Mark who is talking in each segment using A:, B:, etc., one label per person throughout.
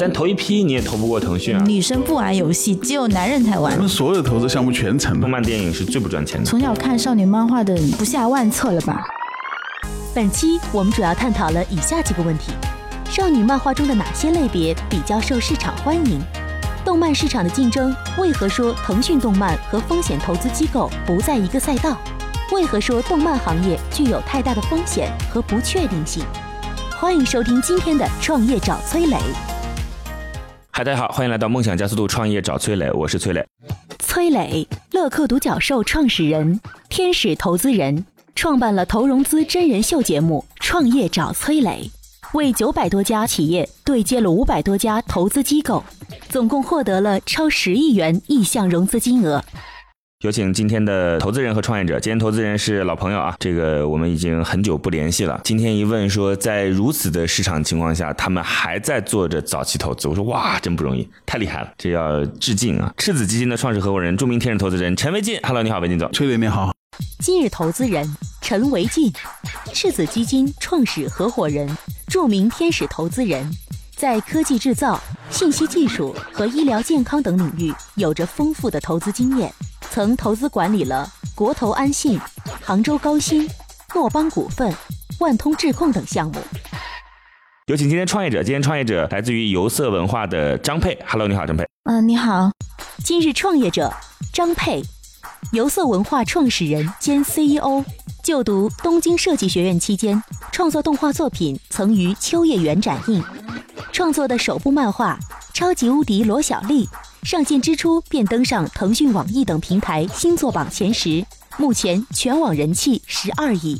A: 但头一批你也投不过腾讯啊。
B: 女生不玩游戏，只有男人才玩
C: 我。们所有的投资项目全程
A: 动漫电影是最不赚钱的。
B: 从小看少女漫画的不下万册了吧？
D: 本期我们主要探讨了以下几个问题：少女漫画中的哪些类别比较受市场欢迎？动漫市场的竞争为何说腾讯动漫和风险投资机构不在一个赛道？为何说动漫行业具有太大的风险和不确定性？欢迎收听今天的《创业找崔磊》。
A: 嗨，大家好，欢迎来到梦想加速度创业找崔磊，我是崔磊。
D: 崔磊，乐客独角兽创始人、天使投资人，创办了投融资真人秀节目《创业找崔磊》，为九百多家企业对接了五百多家投资机构，总共获得了超十亿元意向融资金额。
A: 有请今天的投资人和创业者。今天投资人是老朋友啊，这个我们已经很久不联系了。今天一问说，在如此的市场情况下，他们还在做着早期投资，我说哇，真不容易，太厉害了，这要致敬啊！赤子基金的创始合伙人、著名天使投资人陈维进，Hello，你好，维进总。
C: 崔磊你好，
D: 今日投资人陈维进，赤子基金创始合伙人，著名天使投资人，在科技制造、信息技术和医疗健康等领域有着丰富的投资经验，曾投资管理了国投安信、杭州高新、诺邦股份、万通智控等项目。
A: 有请今天创业者，今天创业者来自于游色文化的张佩，Hello，你好，张佩。
B: 嗯、你好，
D: 今日创业者张佩，游色文化创始人兼 CEO，就读东京设计学院期间，创作动画作品曾于秋叶原展映，创作的首部漫画《超级无敌罗小丽》上线之初便登上腾讯、网易等平台星座榜前十，目前全网人气十二亿。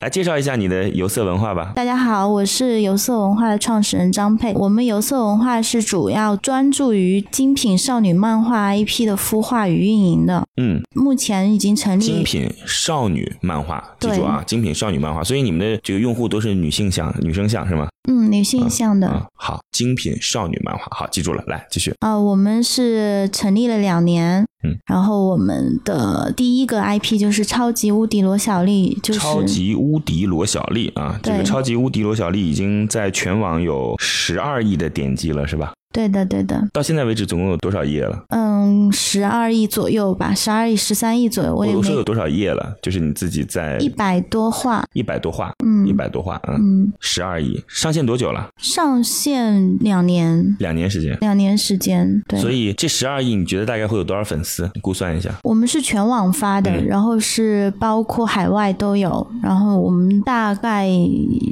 A: 来介绍一下你的游色文化吧。
B: 大家好，我是游色文化的创始人张佩。我们游色文化是主要专注于精品少女漫画 IP 的孵化与运营的，
A: 嗯，
B: 目前已经成立。
A: 精品少女漫画，记
B: 嗯对
A: 住啊，精品少女漫画。所以你们的这个用户都是女性向、女生向是吗？
B: 嗯，女性向的。
A: 嗯，好，精品少女漫画，好，记住了，来继续。
B: 啊、我们是成立了两年，
A: 嗯，
B: 然后我们的第一个 IP 就是超级无敌罗小丽，就是
A: 超级无敌罗小丽啊，这
B: 对
A: 个超级无敌罗小丽已经在全网有十二亿的点击了，是吧？
B: 对的对的，
A: 到现在为止，总共有多少页了？
B: 嗯，十二亿左右吧，十二亿十三亿左右，我
A: 我
B: 也
A: 我说有
B: 没
A: 多少页了？就是你自己在
B: 一百多话，
A: 一百多画，
B: 嗯
A: 一百多画，嗯，
B: 嗯，
A: 十二亿，上线多久了？
B: 上线两年，
A: 两年时间。
B: 两年时间，对，
A: 所以这十二亿，你觉得大概会有多少粉丝？你估算一下。
B: 我们是全网发的，
A: 嗯
B: 然后是包括海外都有，然后我们大概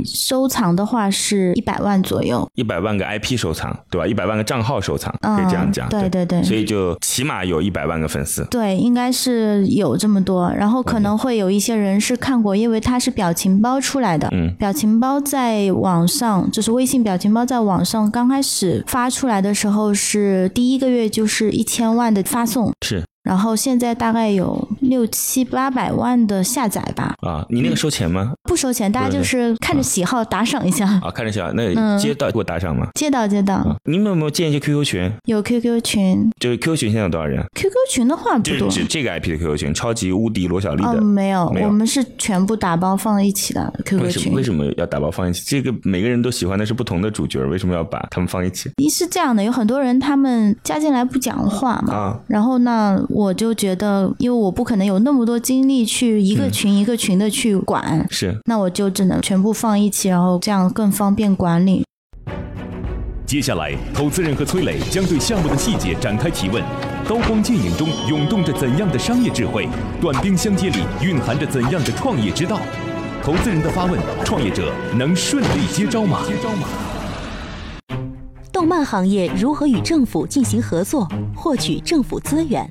B: 收藏的话是一百万左右，
A: 一百万个 IP 收藏，对吧？一百万个账号收藏，
B: 嗯
A: 可以这样讲。
B: 对对对
A: 所以就起码有一百万个粉丝。
B: 对，应该是有这么多，然
A: 嗯
B: 后可能会有一些人是看过，因为它是表情包出来的。
A: 嗯
B: 表情包在网上，就是微信表情包在网上刚开始发出来的时候是第一个月就是一千万的发送，
A: 是
B: 然后现在大概有六七八百万的下载吧，
A: 啊，你那个收钱吗？
B: 不收钱，大家就是看着喜好打赏一下。
A: 啊，看着小，那
B: 嗯
A: 接到给我打赏吗？
B: 接到接到
A: 啊，，你们有没有建一些 QQ 群？
B: 有 QQ 群
A: 就是 QQ 群现在有多少人？
B: ，QQ 群的话
A: 就
B: 不
A: 是
B: 多。
A: 指这个 IP 的 QQ 群，超级无敌罗小丽的。
B: 嗯，没有，
A: 没有
B: 我们是全部打包放一起的 QQ
A: 为什么为
B: 群。
A: 什么要打包放一起？这个每个人都喜欢的是不同的主角，为什么要把他们放一起
B: 一是这样的，有很多人他们加进来不讲话嘛，
A: 啊？
B: 然后呢，我就觉得，因为我不可能有那么多精力去一
A: 嗯
B: 个群一个群的去管，
A: 是
B: 那我就只能全部放一起，然后这样更方便管理。
E: 接下来，投资人和崔磊将对项目的细节展开提问。刀光剑影中涌动着怎样的商业智慧？短兵相接里蕴含着怎样的创业之道？投资人的发问，创业者能顺利接招吗？
D: 动漫行业如何与政府进行合作，获取政府资源？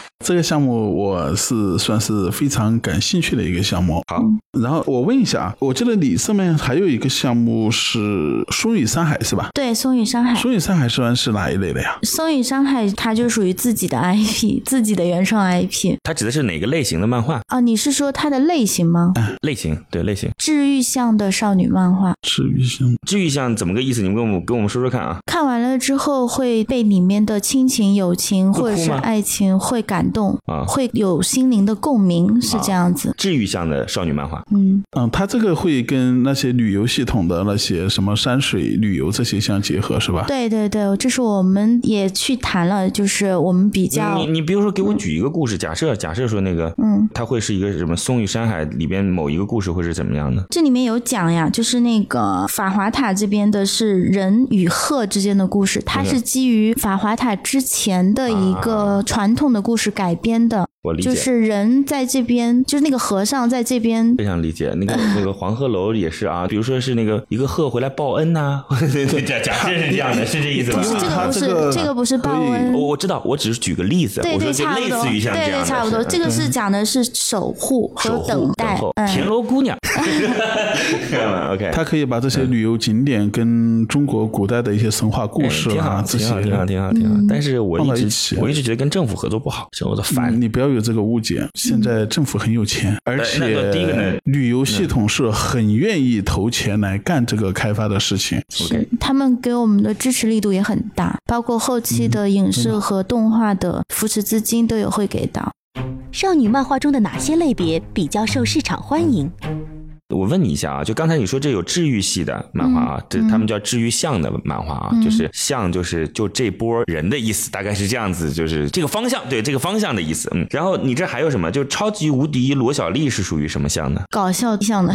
C: 这个项目我是算是非常感兴趣的一个项目。
A: 好，
C: 然后我问一下啊，我记得你上面还有一个项目是松雨山海是吧？
B: 对，松雨山海。
C: 松雨山海算是哪一类的呀？
B: 松雨山海它就属于自己的 IP，自 己的原创 IP
A: 它指的是哪个类型的漫画？
B: 啊。你是说它的类型吗？
A: 类型，对类型。
B: 治愈向的少女漫画，
C: 治愈性
A: 至于像怎么个意思？你们跟我们跟我们说说看啊。
B: 看完了之后会被里面的亲情、友情
A: 会哭
B: 或者是
A: 吗
B: 爱情会感动，
A: 啊
B: 会有心灵的共鸣，是这样子。
A: 治愈向的少女漫画，
B: 嗯，
C: 嗯，它这个会跟那些旅游系统的那些什么山水旅游这些相结合是吧？
B: 对对对，这是我们也去谈了，就是我们比较
A: 嗯你你比如说给我举一个故事，假设假设说那个，
B: 嗯，
A: 它会是一个什么《松与山海》里边某一个故事会是怎么样的？
B: 这里面有讲呀，就是那个法华塔这边的是人与鹤之间的故事，它是基于法华塔之前的一个传统的故事改编的，
A: 啊我理解，
B: 就是人在这边，就是那个和尚在这边
A: 非常理解。那个那个黄鹤楼也是啊，比如说是那个一个鹤回来报恩呐、 对对，假假设是这样的，是这意思吧啊
B: 不？是这个
C: 它
B: 不是
C: 这个
B: 这个不是报
C: 可以
B: 恩，
A: 我我知道，我只是举个例子，
B: 对
A: 我说
B: 对，
A: 就
B: 差不
A: 类
B: 多，
A: 似于像这
B: 对
A: 样
B: 对
A: 的，
B: 差不多。
A: 是嗯
B: 这个是讲的是守护和
A: 守护
B: 等待，
A: 后
B: 嗯，
A: 田螺 姑娘，OK，
C: 它可以把这些旅游景点跟中国古代的一些神话故事
A: 哎挺好，
C: 啊这
A: 挺好，
C: 些，
A: 挺好，挺好，挺
B: 嗯
A: 好。但是我
C: 放到
A: 一
C: 一
A: 直
C: 起啊
A: 我一直觉得跟政府合作不好，所以我都烦。
C: 嗯，你不要有这个误解。现在政府很有钱，而
A: 那那第一个呢嗯
C: 且旅游系统是很愿意投钱来干这个开发的事情。
B: 是他们给我们的支持力度也很大，包括后期的
A: 嗯
B: 影视和动画的扶持资金都有会给到。
D: 少女漫画中的哪些类别比较受市场欢迎？
A: 我问你一下啊，就刚才你说这有治愈系的漫画
B: 嗯
A: 啊，这他们叫治愈向的漫画啊，就是向就是就这波人的意思，大概是这样子，就是这个方向，对这个方向的意思。嗯，然后你这还有什么？就超级无敌罗小丽是属于什么向呢？
B: 搞笑向的，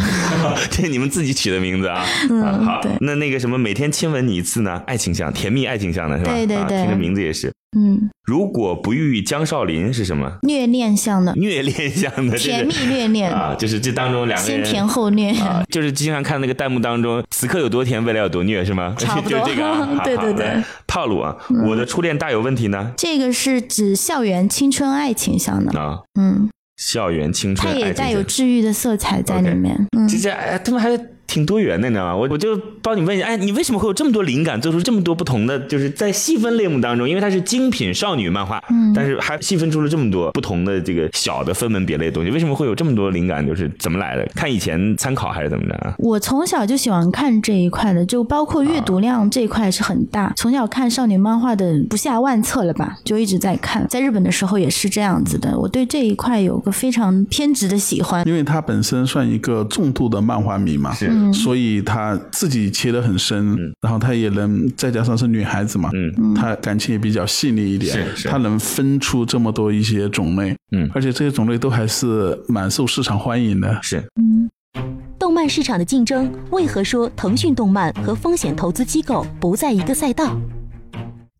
A: 这你们自己取的名字啊。
B: 嗯
A: 啊，好，那那个什么每天亲吻你一次呢？爱情向，甜蜜爱情向的是吧？
B: 对对
A: 啊
B: 对
A: 听着名字也是。
B: 嗯，
A: 如果不遇江少林是什么？
B: 虐恋向的，
A: 虐恋向的，这是
B: 甜蜜虐恋，
A: 啊，就是这当中两个
B: 先
A: 人
B: 甜后虐，
A: 啊，就是经常看那个弹幕当中，此刻有多甜，未来有多虐，是吗？ 就
B: 差不多
A: 这个啊，好
B: 对对对，嗯
A: 好来套路啊。我的初恋大有问题呢
B: 这个是指校园青春爱情向的，
A: 啊，
B: 嗯，
A: 校园青
B: 它
A: 春爱
B: 也
A: 情
B: 带有
A: 线
B: 治愈的色彩在里面，嗯
A: 这。这哎，他们还挺多元的，你知道吗？我我就帮你问一下，哎，你为什么会有这么多灵感，做出这么多不同的，就是在细分类目当中，因为它是精品少女漫画，嗯，但是还细分出了这么多不同的这个小的分门别类的东西，为什么会有这么多灵感？就是怎么来的？看以前参考还是怎么着啊？
B: 我从小就喜欢看这一块的，就包括阅读量这一块是很大。从小看少女漫画的不下万册了吧，就一直在看。在日本的时候也是这样子的，我对这一块有个非常偏执的喜欢。
C: 因为他本身算一个重度的漫画迷嘛，
A: 是
B: 嗯
C: 所以他自己切得很深，然后他也能再加上是女孩子嘛，
A: 嗯
C: 她感情也比较细腻一点
A: 是，是
C: 她能分出这么多一些种类，
A: 嗯
C: 而且这些种类都还是蛮受市场欢迎的。
A: 是
D: 动漫市场的竞争为何说腾讯动漫和风险投资机构不在一个赛道？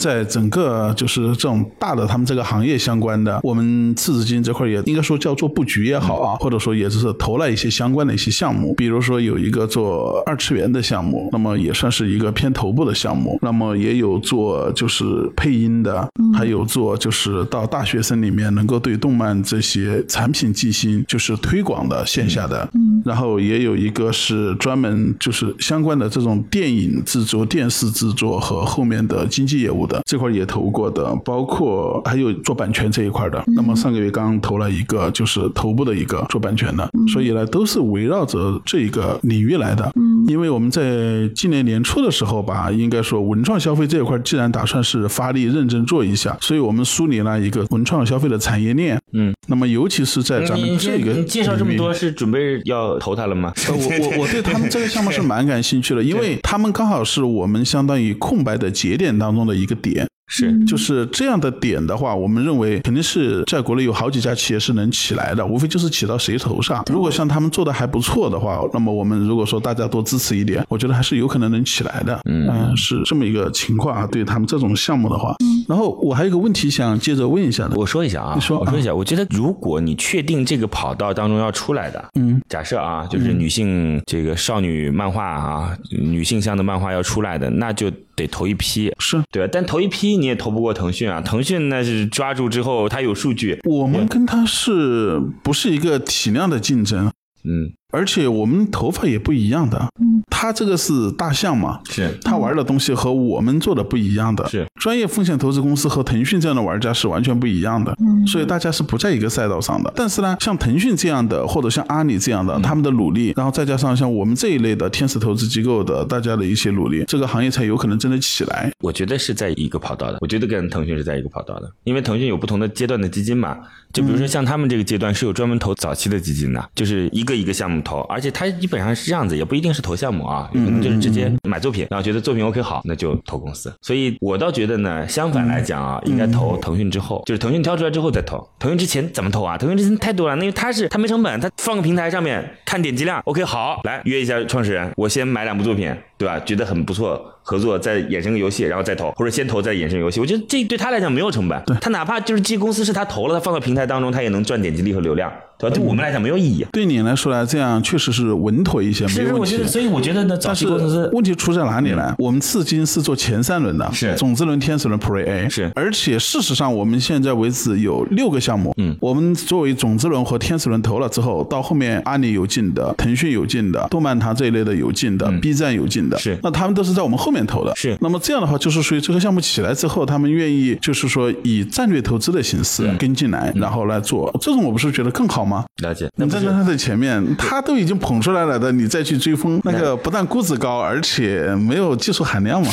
C: 在整个就是这种大的他们这个行业相关的，我们赤子基金这块也应该说叫做布局也好啊，或者说也就是投了一些相关的一些项目，比如说有一个做二次元的项目，那么也算是一个偏头部的项目，那么也有做就是配音的，还有做就是到大学生里面能够对动漫这些产品进行就是推广的线下的，然后也有一个是专门就是相关的这种电影制作、电视制作和后面的经济业务的这块也投过的，包括还有做版权这一块的。那么上个月刚投了一个，就是头部的一个做版权的，所以呢都是围绕着这一个领域来的。因为我们在今年年初的时候吧，应该说文创消费这一块，既然打算是发力认真做一下，所以我们梳理了一个文创消费的产业链。
A: 嗯，
C: 那么尤其是在咱
A: 你
C: 们
A: 你
C: 这
A: 这
C: 个嗯
A: 你介绍这
C: 领
A: 么
C: 域
A: 多，是准备要投他了吗？
C: 呃我我我 对他们这个项目是蛮感兴趣的，因为他们刚好是我们相当于空白的节点当中的一个点，
A: 是
C: 就是这样的点的话，我们认为肯定是在国内有好几家企业是能起来的，无非就是起到谁头上。如果像他们做的还不错的话，那么我们如果说大家多支持一点，我觉得还是有可能能起来的。嗯、是这么一个情况啊，对他们这种项目的话，然后我还有一个问题想接着问一下的，
A: 我说一下啊，
C: 你说
A: 我说一下，我觉得如果你确定这个跑道当中要出来的，嗯，假设啊，就是女性这个少女漫画啊，女性向的漫画要出来的，那就得投一批，
C: 是
A: 对吧？但投一批你也投不过腾讯啊，腾讯那是抓住之后它有数据，
C: 我们跟他是不是一个体量的竞争？
A: 嗯，
C: 而且我们头发也不一样的，他这个是大象嘛，
A: 是
C: 他玩的东西和我们做的不一样的，
A: 是
C: 专业风险投资公司和腾讯这样的玩家是完全不一样的，所以大家是不在一个赛道上的。但是呢，像腾讯这样的，或者像阿里这样的，他们的努力，然后再加上像我们这一类的天使投资机构的大家的一些努力，这个行业才有可能真的起来。
A: 我觉得是在一个跑道的，我觉得跟腾讯是在一个跑道的，因为腾讯有不同的阶段的基金嘛，就比如说像他们这个阶段是有专门投早期的基金的，就是一个一个项目投，而且它基本上是这样子，也不一定是投项目啊，有可能就是直接买作品，然后觉得作品 OK 好，那就投公司。所以我倒觉得呢，相反来讲啊，应该投腾讯之后，就是腾讯挑出来之后再投，腾讯之前怎么投啊？腾讯之前太多了，那因为它是它没成本，它放个平台上面看点击量，OK 好，来约一下创始人，我先买两部作品，对吧？觉得很不错，合作再衍生个游戏，然后再投，或者先投再衍生游戏。我觉得这对他来讲没有成本，他哪怕就是这公司是他投了，他放到平台当中，他也能赚点击率和流量，对吧？对我们来讲没有意义。
C: 对你来说呢，这样确实是稳妥一些，
A: 是
C: 没
A: 是，
C: 有问
A: 我
C: 题
A: 觉得，。所以我觉得呢，早
C: 但
A: 期
C: 是
A: 公司嗯
C: 问题出在哪里呢？我们至今是做前三轮的，
A: 是
C: 种子轮、天使轮、Pre A，
A: 是
C: 而且事实上，我们现在为止有六个项目，嗯，我们作为种子轮和天使轮投了之后，到后面阿里有进的，腾讯有进的，动漫堂这一类的有进的、b 站有进的，
A: 嗯是
C: 那他们都是在我们后面投的，
A: 是
C: 那么这样的话，就是属于这个项目起来之后，他们愿意就是说以战略投资的形式
A: 嗯
C: 跟进来，然后来做，这种我不是觉得更好吗？
A: 了解，那
C: 你
A: 不
C: 站
A: 是
C: 在他的前面，他都已经捧出来了的，你再去追风，那个不但估值高，而且没有技术 含量嘛。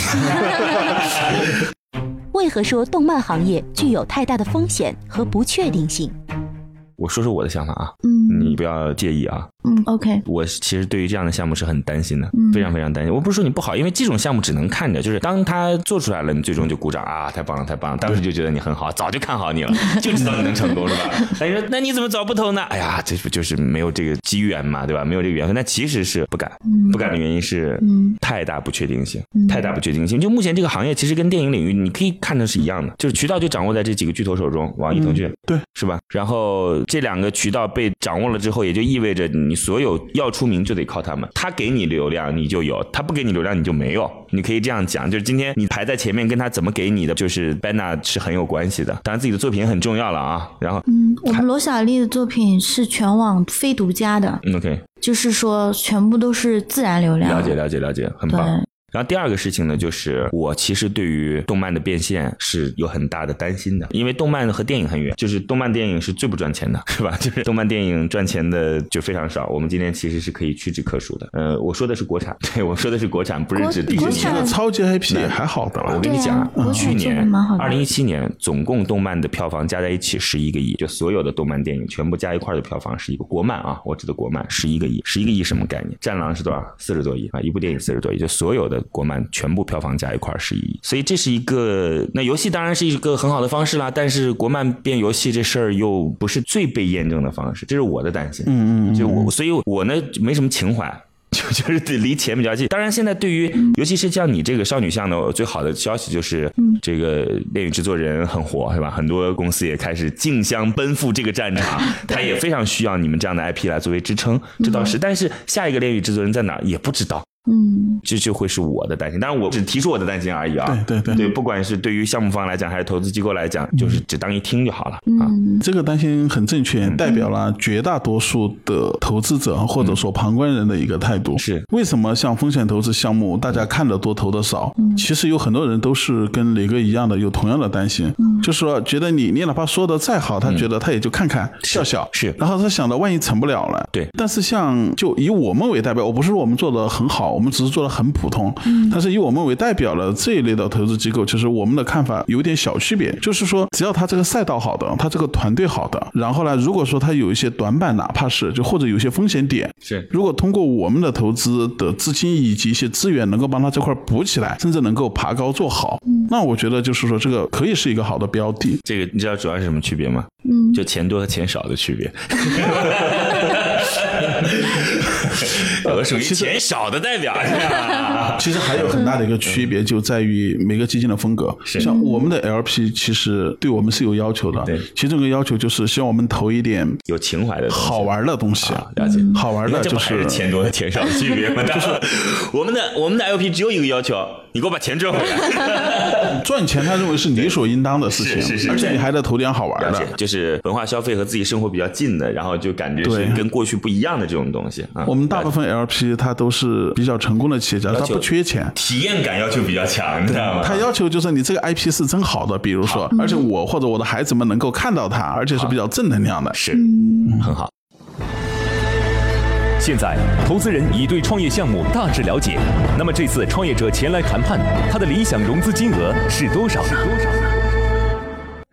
D: 为何说动漫行业具有太大的风险和不确定性？
A: 我说说我的想法啊，
B: 嗯
A: 你不要介意啊。
B: 嗯，OK，
A: 我其实对于这样的项目是很担心的，
B: 嗯
A: 非常非常担心。我不是说你不好，因为这种项目只能看着，就是当他做出来了，你最终就鼓掌啊，太棒了，太棒了，当时就觉得你很好，早就看好 你了，就知道你能成功是吧？那你说那你怎么早不投呢？哎呀，这不就是没有这个机缘嘛，对吧？没有这个缘分，那其实是不敢，不敢的原因是
B: 嗯
A: 太大不确定性，太大不确定性。就目前这个行业，其实跟电影领域你可以看成是一样的，就是渠道就掌握在这几个巨头手中，网易、腾
B: 嗯
A: 讯，
C: 对，
A: 是吧？然后这两个渠道被掌握了之后，也就意味着你所有要出名就得靠他们，他给你流量你就有，他不给你流量你就没有。你可以这样讲，就是今天你排在前面，跟他怎么给你的，就是 Bena 是很有关系的。当然自己的作品很重要了啊。然后，
B: 嗯，我们罗小丽的作品是全网非独家的，
A: 嗯，OK，
B: 就是说全部都是自然流量。
A: 了解了解了解，很
B: 对，
A: 棒。然后第二个事情呢，就是我其实对于动漫的变现是有很大的担心的，因为动漫和电影很远，就是动漫电影是最不赚钱的，是吧？就是动漫电影赚钱的就非常少，我们今天其实是可以屈指可数的。呃，我说的是国产，对我说的是国产，不是
B: 国
A: 指
B: 国
A: 迪士
C: 以
A: 尼。
C: 前的超级 IP 也还好的
A: 我
C: 了。
A: 跟你讲啊
B: 对啊，国
A: 去
B: 产做得
A: 年
B: 蛮好的
A: 二零一七年总共动漫的票房加在一起十一个亿，就所有的动漫电影全部加一块儿的票房是一个国漫啊，我指的国漫十一个亿，十一个亿什么概念？战狼是多少？四十多亿啊，一部电影四十多亿，就所有的国漫全部票房加一块十一亿，所以这是一个那游戏当然是一个很好的方式啦，但是国漫变游戏这事儿又不是最被验证的方式，这是我的担心。嗯嗯，就我所以我呢没什么情怀。就 就是得离钱比较近。当然，现在对于尤其是像你这个少女向的，最好的消息就是，
C: 嗯
A: 这个恋与制作人很火，是吧？很多公司也开始竞相奔赴这个战 场，他也非常需要你们这样的 IP 来作为支撑，这倒
C: 嗯
A: 是。但是下一个恋与制作人在哪儿也不知道，
B: 嗯
A: 这就会是我的担心。当然，我只提出我的担心而已啊。
C: 对 对嗯
A: 对，不管是对于项目方来讲，还是投资机构来讲，就是只当一听就好了啊。
B: 嗯
C: 这个担心很正确，
A: 嗯
C: 代表了绝大多数的投资者或者说旁观人的一个态度。
A: 嗯是
C: 为什么像风险投资项
A: 嗯嗯
C: 目，大家看得多投的少？其实有很多人都是跟雷哥一样的，有同样的担心。就是说觉得你你哪怕说的再好，他觉得他也就看看笑笑
A: 是
C: 然后他想到万一成不了了，
A: 对
C: 但是像就以我们为代表，我不是说我们做的很好，我们只是做的很普通，但是以我们为代表的这一类的投资机构，其实我们的看法有点小区别，就是说只要他这个赛道好的，他这个团队好的，然后呢，如果说他有一些短板，哪怕是就或者有一些风险点，
A: 是
C: 如果通过我们的投资的资金以及一些资源，能够帮他这块补起来，甚至能够爬高做好，那我觉得就是说这个可以是一个好的标的。
A: 这个你知道主要是什么区别吗？
B: 嗯
A: 就钱多和钱少的 区别。我属于钱少的代表，是 吧
C: 其实还有很大的一个区别，就在于每个基金的风格。
A: 嗯是
C: 像我们的 LP，其实对我们是有要求的。
A: 对
C: 其中一个要求就是希望我们投一点
A: 有情怀的东西啊
C: 好玩的东西，
A: 了解。
C: 好玩的
A: 那这
C: 就
A: 不还
C: 是
A: 是钱多和钱少的区别吗？就是 我们的我们的 LP 只有一个要求，你给我把钱赚回 来。
C: 赚钱，他认为是理所应当的事情，
A: 是是是
C: 而且你还得投点好玩
A: 了
C: 的
A: 解。，就是文化消费和自己生活比较近的，然后就感觉是
C: 对
A: 跟过去不一样的这种东西啊。
C: 我们大部分 LP 他都是比较成功的企业家，他
A: 要求
C: 不缺钱，
A: 体验感要求比较强，你知道吗？
C: 他要求就是你这个 IP 是真好的，比如说，而且我或者我的孩子们能够看到它，而且是比较正能量的。
A: 是很好。
E: 现在，投资人已对创业项目大致了解。那么这次创业者前来谈判，他的理想融资金额是多少？是多少？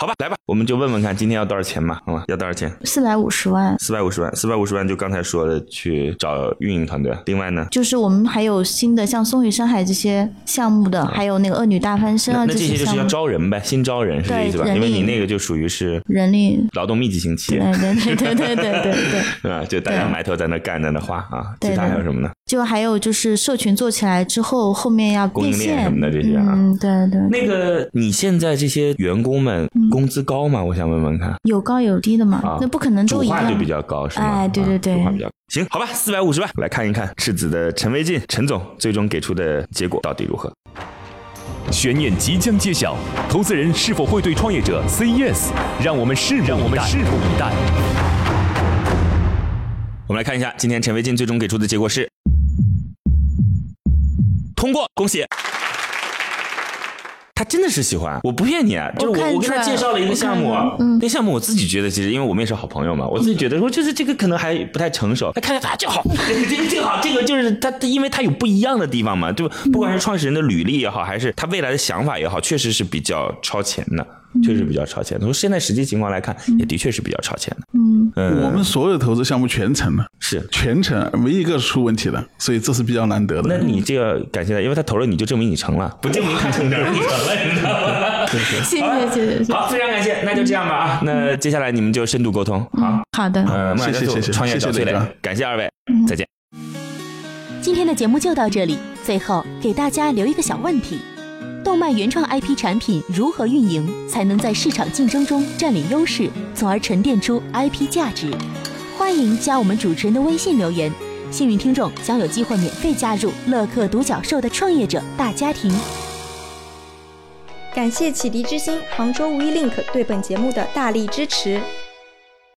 A: 好吧，来吧，我们就问问看今天要多少钱吧，好吗？要多少钱？
B: 四百五十万，
A: 四百五十万，四百五十万就刚才说的去找运营团队。另外呢，
B: 就是我们还有新的像松雨山海这些项目的，还有那个恶女大翻身
A: 啊那
B: 啊
A: 那这
B: 些
A: 些就是
B: 项
A: 要
B: 目，
A: 招人呗，新招人是这
B: 对
A: 意思吧？
B: 人
A: 因为
B: 力
A: 你那个就属于是
B: 人力，
A: 劳动密集型企
B: 对
A: 业，
B: 对 对对对对对 对。
A: 对吧？就大家
B: 对
A: 埋头在那干，在那花啊。
B: 对
A: 其他
B: 的
A: 还有什么呢？
B: 就还有就是社群做起来之后，后面要
A: 供应
B: 变
A: 链
B: 现
A: 什么的这些啊
B: 嗯，对对，
A: 那个你现在这些员工们
B: 嗯
A: 工资高吗？我想问问看。
B: 有高有低的嘛，
A: 啊
B: 那不可能
A: 主
B: 都一
A: 话
B: 样。
A: 就比较高，是吗？
B: 哎对
A: 啊
B: 对对
A: 主话比较高行，好吧，四百五十万，来看一看赤子的陈维进陈总最终给出的结果到底如何？
E: 悬念即将揭晓，投资人是否会对创业者 say yes？让我们拭目让我们拭目以待。
A: 我们来看一下，今天陈维进最终给出的结果是通过，恭喜。他真的是喜欢，我不骗你啊，就是
B: 我
A: 我
B: 看
A: 我跟
B: 出
A: 他
B: 来
A: 介绍了一个
B: 我
A: 项目
B: 看
A: 啊
B: 出来，嗯
A: 那项目我自己觉得其实因为我们也是好朋友嘛，我自己觉得说就是这个可能还不太成熟，他看看啊这个好， 这个这个好，这个就是他，他因为他有不一样的地方嘛，对吧？
B: 嗯
A: 不管是创始人的履历也好，还是他未来的想法也好，确实是比较超前的，
B: 嗯
A: 确实比较超前。从现在实际情况来看，也的确是比较超前的。
B: 嗯，
A: 嗯，
C: 我们所有投资项目全程的，
A: 是
C: 全程没一个出问题的，所以这是比较难得
A: 那
C: 的。
A: 你这个感谢他，因为他投了你就证明你成了，不证明他成了，你成了，你知道吗？
B: 谢谢谢谢谢谢，
A: 好，非常感谢，那就这样吧啊，那接下来你们就深度沟通，好，
B: 好的，
A: 呃，梦想
C: 谢
A: 加
C: 谢
A: 速
C: 谢谢
A: 创业
C: 谢谢
A: 找崔
C: 磊
A: 磊
C: 哥，
A: 感谢二位，再见。
D: 今天的节目就到这里，最后给大家留一个小问题：动漫原创 IP 产品如何运营，才能在市场竞争中占领优势，从而沉淀出 IP 价值？欢迎加我们主持人的微信留言，幸运听众将有机会免费加入乐客独角兽的创业者大家庭。
F: 感谢启迪之星、杭州无一 link 对本节目的大力支持。